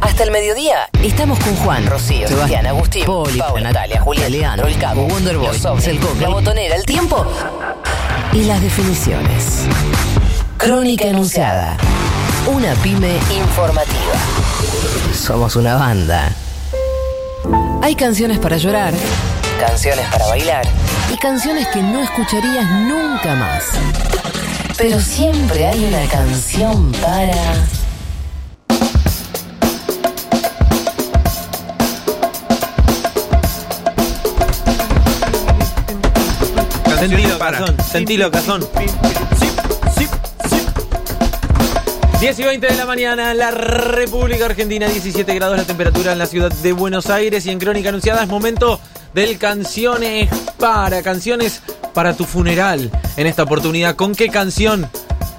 Hasta el mediodía estamos con Juan, Rocío, Sebastián, Agustín, Poli, Paula, Nat- Natalia, Julián, Leandro, el Cabo, Wonder Boy, los ovnis, el Coque. la botonera, el tiempo y las definiciones. Crónica enunciada. Una pyme informativa. Somos una banda. Hay canciones para llorar, canciones para bailar Y canciones que no escucharías nunca más. Pero siempre hay una canción para... Sentilo, Cazón. Sentilo, Cazón. 10 y 20 de la mañana en la República Argentina, 17 grados la temperatura en la ciudad de Buenos Aires y en Crónica Anunciada es momento del Canciones para, Canciones para tu funeral. En esta oportunidad, ¿con qué canción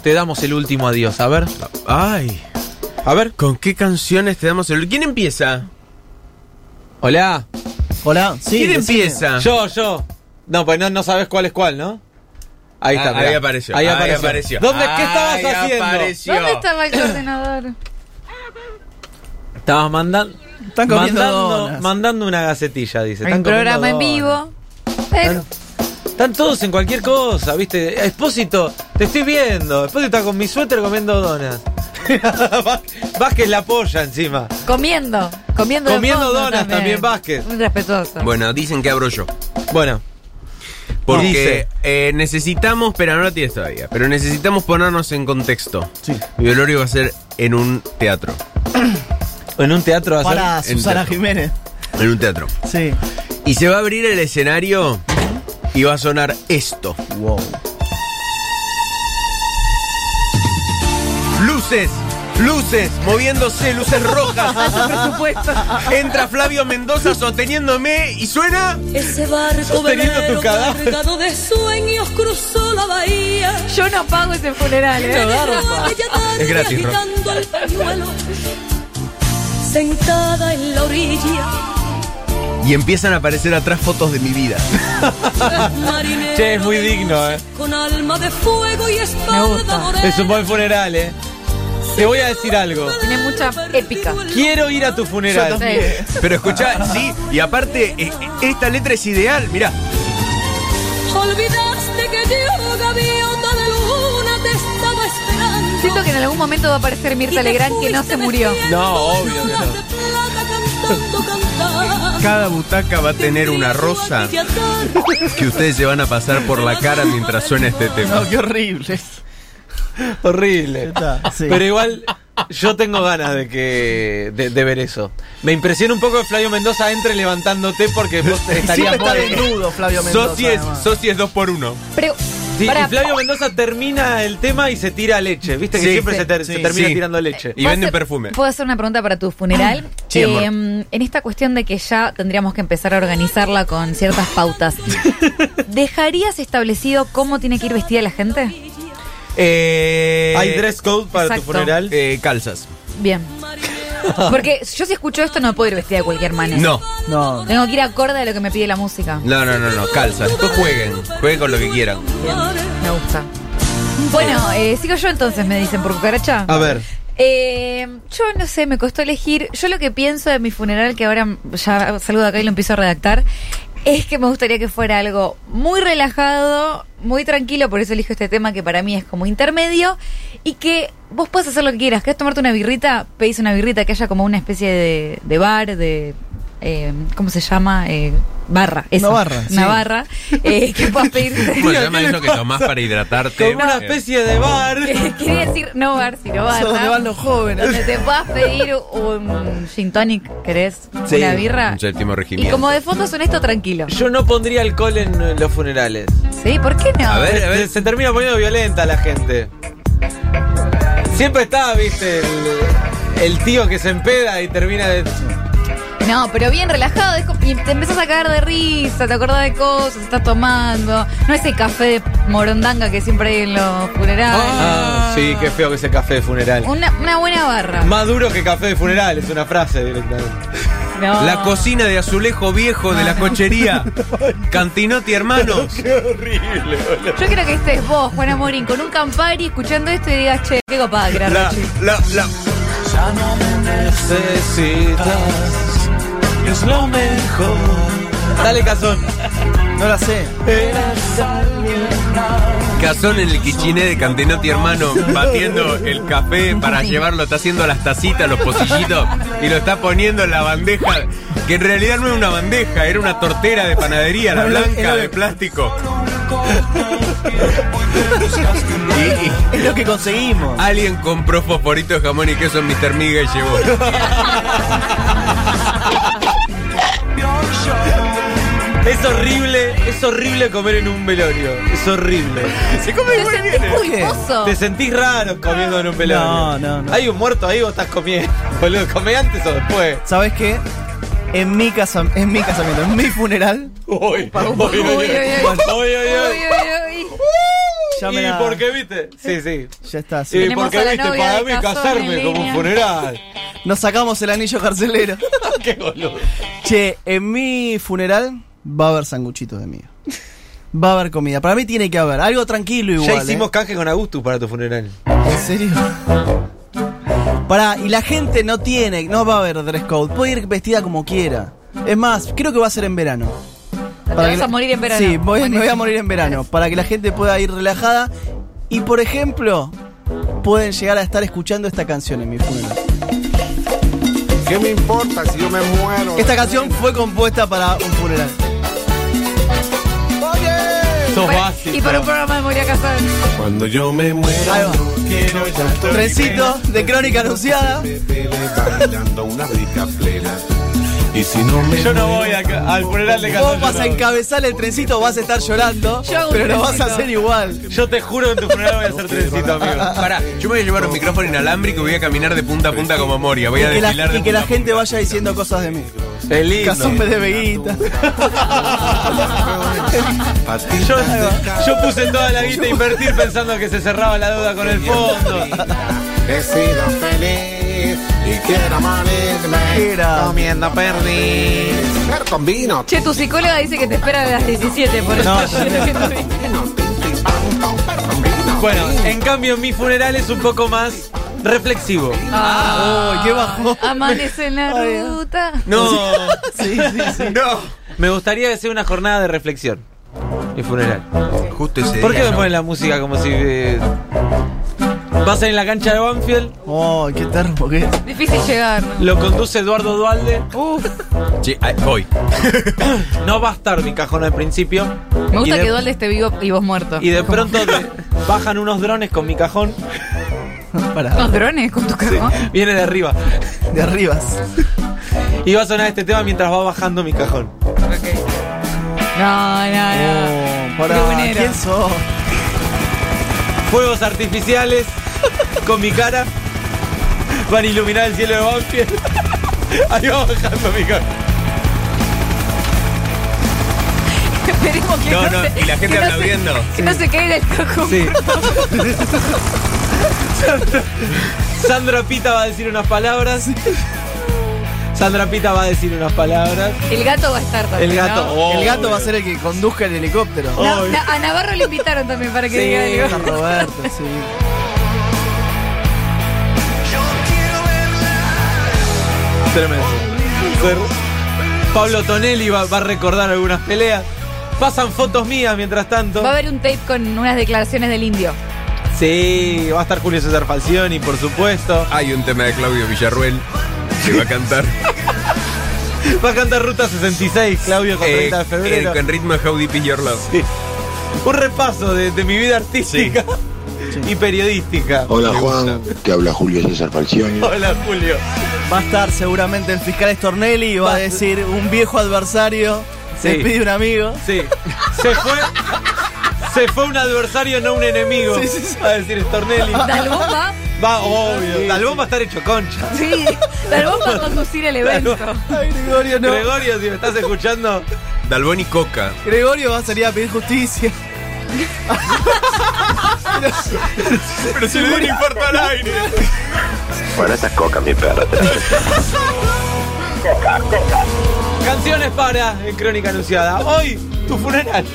te damos el último adiós? A ver, Ay, a ver. ¿con qué canciones te damos el... ¿Quién empieza? Hola, Hola, sí. ¿Quién decime. empieza? yo, yo. No, pues no, no sabes cuál es cuál, ¿no? Ahí está. Ah, mirá. ahí apareció. Ahí apareció. ¿Dónde, ¿Qué estabas Ahí haciendo? apareció. ¿Dónde estaba el coordinador? Estabas mandando. Están comiendo mandando, donas. mandando una gacetilla, dice. Un Están programa en comiendo donas. vivo. Eh, Están todos en cualquier cosa, ¿viste? Expósito, te estoy viendo. Expósito está con mi suéter comiendo donas. Vázquez la polla encima. comiendo. Comiendo, de Comiendo fondo donas también, Vázquez. Muy respetuoso. Bueno, dicen que abro yo. Bueno, Porque Dice. eh, necesitamos, pero no la tienes todavía, pero necesitamos ponernos en contexto. Sí. Mi velorio va a ser en un teatro. en un teatro va a ser- Para Susana Entiendo. Jiménez. En un teatro. Sí. Y se va a abrir el escenario y va a sonar esto. Wow. Luces, luces, moviéndose, luces rojas. Entra Flavio Mendoza sosteniéndome y suena... Ese barco Sosteniendo tu velero cadáver. cargado de sueños cruzó la bahía. Yo no pago ese funeral, ¿eh? Es gratis, Ro. agitando el pañuelo, sentada en la orilla, Y empiezan a aparecer atrás fotos de mi vida. marinero Che, es muy de digno, eh. luces, Con alma de fuego y Me gusta. espalda morena. es un buen funeral, ¿eh? Te voy a decir algo. Tiene mucha épica. Quiero ir a tu funeral. Sí. Pero escuchá, sí, y aparte, eh, esta letra es ideal, mirá. Olvidaste que yo, gaviota de luna, te estaba esperando. Siento que en algún momento va a aparecer Y Mirta te Legrand que no fuiste se murió. metiendo No, en obvio que olas no. de plata cantando, cantando. Cada butaca va a tener una rosa que ustedes se van a pasar por la cara mientras suena este tema. No, qué horrible. Horrible. Está, sí. Pero igual, yo tengo ganas de que de, de ver eso. Me impresiona un poco que Flavio Mendoza entre levantándote porque vos estarías Siempre vos- está desnudo Flavio Mendoza. Socies, además. socies dos por uno. Pero, Sí, pará, y Flavio Mendoza termina el tema y se tira leche. Viste que Sí, siempre sí, se, ter- sí, se termina sí. tirando leche. Y ¿puedo venden hacer- perfume. ¿Puedo hacer una pregunta para tu funeral? Eh, Sí, amor. en esta cuestión de que ya tendríamos que empezar a organizarla con ciertas pautas, ¿dejarías establecido cómo tiene que ir vestida la gente? Eh, ¿Hay dress code para tu exacto. funeral? eh, calzas. Bien. Porque yo si escucho esto no puedo ir vestida de cualquier manera. No, No. Tengo que ir acorde a lo que me pide la música. no, no, no, no, calzas. Después jueguen, jueguen con lo que quieran. Me gusta. Bueno, eh, sigo yo entonces, me dicen por cucaracha. A ver. Eh, yo no sé, me costó elegir. Yo lo que pienso de mi funeral, que ahora ya salgo de acá y lo empiezo a redactar, es que me gustaría que fuera algo muy relajado, muy tranquilo, por eso elijo este tema que para mí es como intermedio, y que vos puedes hacer lo que quieras. ¿Querés tomarte una birrita? Pedís una birrita que haya como una especie de, de bar, de... eh, ¿Cómo se llama? Eh, barra. eso. barra, Una sí. barra. eh, que puedas pedirte. ¿Cómo se llama eso que tomás para hidratarte? Eh, Con una especie de bar. Quería decir no bar, sino barra. donde van los jóvenes. Donde te puedas pedir un gin tonic, ¿querés? Sí, Una birra. Un séptimo Y regimiento. como de fondo son esto tranquilo. Yo no pondría alcohol en eh, los funerales. Sí, ¿por qué no? A ver. Se- Se termina poniendo violenta la gente. Siempre está, viste, el, el tío que se empeda y termina de. No, pero bien relajado. es como- Y te empezás a cagar de risa, te acordás de cosas, estás tomando. No ese café de morondanga que siempre hay en los funerales. Ah, sí, qué feo que ese café de funeral. Una, una buena barra. Más duro que café de funeral, es una frase directamente. No. La cocina de azulejo viejo de la cochería. Cantinotti hermanos. Yo creo que este es vos, Juana Morín, con un campari escuchando esto y digas, che, qué copada que era La, Rochi. la, la. ya no me necesitas. Es lo mejor. Dale, Cazón. No la sé. Eras alguien más. Cazón en el quichiné de Cantenotti hermano, batiendo el café para llevarlo, está haciendo las tacitas, los pocillitos, y lo está poniendo en la bandeja, que en realidad no era una bandeja, era una tortera de panadería, la blanca de plástico. Y, y Es lo que conseguimos. alguien compró fosforito de jamón y queso en Mr. Miga y llegó. Es horrible, es horrible comer en un velorio. Es horrible. Lo sentí culposo. Te sentís raro comiendo en un velorio. No, no, no. Hay un muerto ahí, vos estás comiendo. Boludo, come antes o después. ¿Sabes qué? En mi, casa, en mi casamiento, en mi funeral, Uy, uy, uy, Uy, uy, uy. Uy, uy, uy. ya me ¿Y la- por qué Eh, viste? Sí, sí. Ya está, sí. ¿Y Tenemos por qué a la viste? novia Para de mí Cazón casarme en como un línea. funeral. Nos sacamos el anillo carcelero. qué boludo. Che, en mi funeral va a haber sanguchitos de miga. Va a haber comida. Para mí tiene que haber. Algo tranquilo igual. ya ¿eh? hicimos canje con Agustus para tu funeral. ¿En serio? Pará, y la gente no tiene, no va a haber dress code. Puede ir vestida como quiera. Es más, creo que va a ser en verano. Te Para vas que la- a morir en verano. Sí, voy- me voy a Buenísimo. morir en verano. Para que la gente pueda ir relajada. Y por ejemplo, pueden llegar a estar escuchando esta canción en mi funeral. ¿Qué me importa si yo me muero? Esta canción fue compuesta para un funeral. Sos Bueno, básico. Y por un programa de Moria Casal. Cuando yo me muera, Ahí va. no quiero llanto ni Trencito pena. de crónica anunciada. Tele bailando una rica plena. Y si no me Yo no muero, voy a- al funeral de Vos Cazón. vas a yo, no voy. encabezar el trencito, vas a estar llorando, Yo hago un pero lo vas a trencito. hacer igual. Yo te juro que en tu funeral voy a hacer trencito, amigo. Pará, yo me voy a llevar un micrófono inalámbrico y voy a caminar de punta a punta como Moria. Voy Y a que la, desfilar de y que la punta a gente vaya diciendo cosas de mí. Es lindo. Cazón me debe guita. a ti Yo, te dejaré. yo puse toda la guita a invertir pensando que se cerraba la deuda con el fondo. He sido feliz y quiero morirme Era. comiendo perdiz. Pero con vino, Che, tu psicóloga dice que te espera a las 17 por No, eso. vino, tin, tin, pam, pam, pero con vino. Bueno, en cambio mi funeral es un poco más reflexivo. Uy, qué bajó. Amanece en la Ay, ruta. No, Sí, sí, sí. me gustaría que sea una jornada de reflexión. Mi funeral. punta. Justo ese ¿Por qué día, me ¿no? ponen la música como si... eh, vas en la cancha de Banfield, Oh, qué termo que es. Difícil llegar, ¿no? lo conduce Eduardo Dualde. Sí, ahí voy. No va a estar mi cajón al principio. Me Y gusta de- que Dualde esté vivo y vos muerto. Y de pronto te- bajan unos drones con mi cajón. Pará, Unos drones con tu cajón. Viene de arriba. de arriba. Y va a sonar este tema mientras va bajando mi cajón. No, no, no. Oh, pará. Tribunero. ¿Quién sos? Fuegos artificiales con mi cara. Van a iluminar el cielo de Banfield. Ahí va bajando mi cajón. Esperemos que No, no, no, se- y la gente que no se- aplaudiendo. que no se caiga el cajón. Sí. Sandra- Sandra Pita va a decir unas palabras. Sandra Pita va a decir unas palabras. El gato va a estar también. El gato. ¿no? oh, El gato va a ser el que conduzca el helicóptero. No, na- a Navarro le invitaron también para que Sí, diga a algo. Roberto, sí. Tremendo. Ser- Pablo Tonelli va, va a recordar algunas peleas. Pasan fotos mías mientras tanto. Va a haber un tape con unas declaraciones del indio. Sí, va a estar Julio César Falcioni, por supuesto. Hay un tema de Claudio Villarruel que va a cantar Va a cantar Ruta 66, Claudio, con eh, 30 de febrero. eh, con ritmo de Howdy Be Your Love. Un repaso de, de mi vida artística y periodística. Hola Juan, te habla Julio César Falcioni. Hola, Julio. Va a estar seguramente el fiscal Estornelli y va a decir un viejo adversario. Se Sí. pide un amigo. Sí. Se fue. Se fue un adversario, no un enemigo. Sí, sí, sí. Va a decir Stornelli. Dalbón va. Va, obvio. Dalbón va a estar hecho concha. Sí. Dalbón va a conducir el evento. Ay, Gregorio, no. Gregorio, si me estás escuchando. Dalbón y Coca. Gregorio va a salir a pedir justicia. Pero si le dio un infarto al aire. Bueno, esa es coca, mi perro. Canciones para en Crónica Anunciada. Hoy, tu funeral.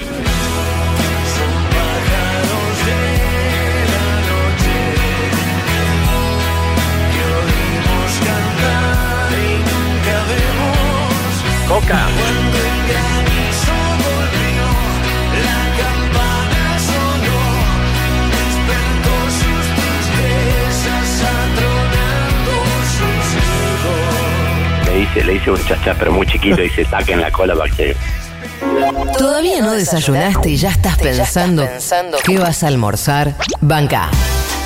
Acá. Le hice, le hice un chachá, pero muy chiquito, y se saca en la cola bacteria. Todavía no desayunaste y ya estás pensando qué vas a almorzar. Banca.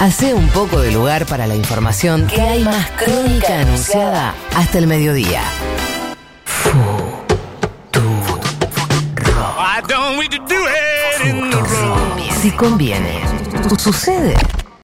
Hace un poco de lugar para la información que hay más crónica anunciada hasta el mediodía. Si conviene, sucede